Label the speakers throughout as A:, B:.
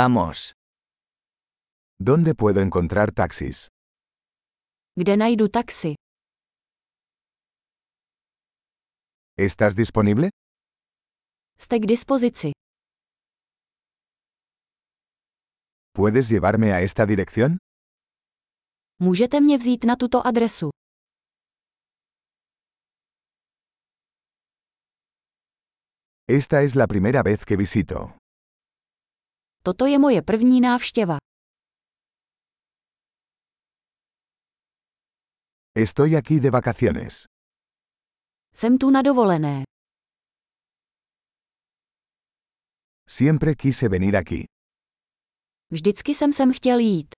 A: Vamos.
B: ¿Dónde puedo encontrar taxis?
C: Kde najdu taxi?
B: ¿Estás disponible?
C: Jste k dispozici.
B: ¿Puedes llevarme a esta dirección?
C: Můžete mě vzít na tuto adresu.
B: Esta es la primera vez que visito.
C: Toto je moje první návštěva.
B: Estoy aquí de vacaciones.
C: Jsem tu na dovolené.
B: Siempre quise venir aquí.
C: Vždycky jsem sem chtěl jít.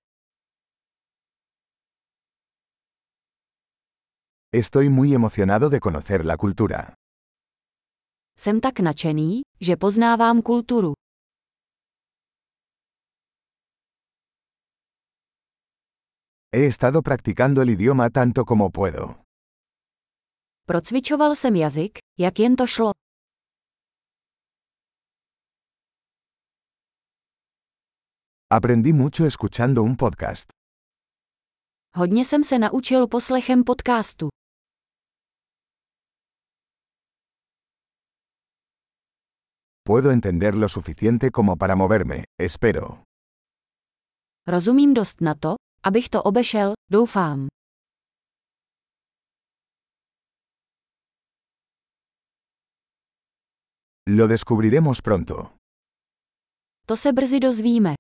B: Estoy muy emocionado de conocer la cultura.
C: Jsem tak nadšený, že poznávám kulturu.
B: He estado practicando el idioma tanto como puedo.
C: Procvičoval jsem jazyk, jak jen to šlo.
B: Aprendí mucho escuchando un podcast.
C: Hodně jsem se naučil poslechem podcastu.
B: Puedo entender lo suficiente como para moverme, espero.
C: Rozumím dost na to, abych to obešel, doufám.
B: Lo descubriremos pronto.
C: To se brzy dozvíme.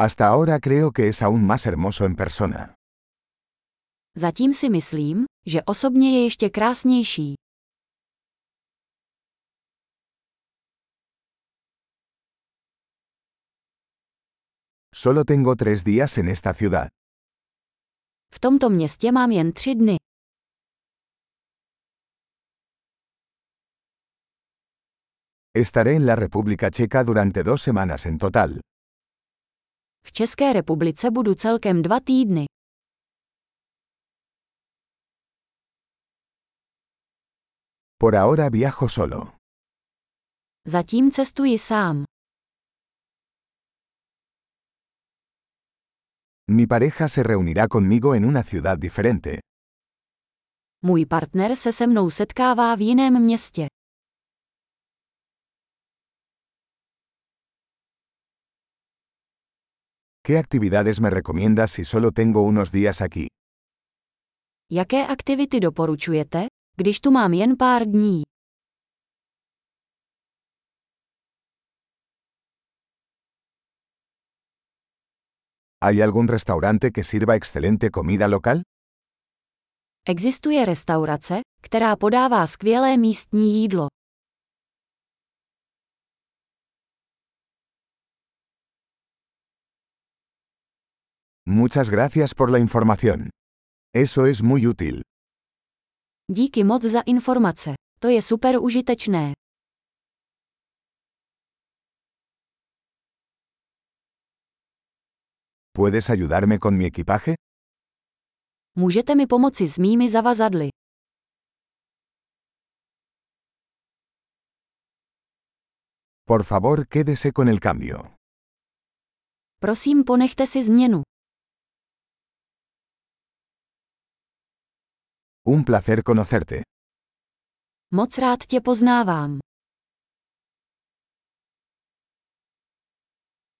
B: Hasta ahora creo que es aún más hermoso en persona.
C: Zatím si myslím, že osobně je ještě krásnější.
B: Solo tengo tres días en esta ciudad.
C: V tomto městě mám jen tři dny.
B: Estaré en la República Checa durante dos semanas en total.
C: V České republice budu celkem dva týdny.
B: Por ahora viajo solo.
C: Zatím cestuji sám.
B: Mi pareja se reunirá conmigo en una ciudad diferente.
C: Můj partner se se mnou setkává v jiném městě.
B: ¿Qué actividades me recomiendas si solo tengo unos días aquí?
C: Jaké aktivity doporučujete, když tu mám jen pár dní?
B: ¿Hay algún restaurante que sirva excelente comida local?
C: Existuje restaurace, která podává skvělé místní jídlo.
B: Muchas gracias por la información. Eso es muy útil.
C: Díky moc za informace. To je super užitečné.
B: ¿Puedes ayudarme con mi equipaje?
C: Můžete mi pomoci s mými zavazadly.
B: Por favor, quédese con el cambio.
C: Prosím, ponechte si změnu.
B: Un placer conocerte.
C: Moc rád tě poznávám.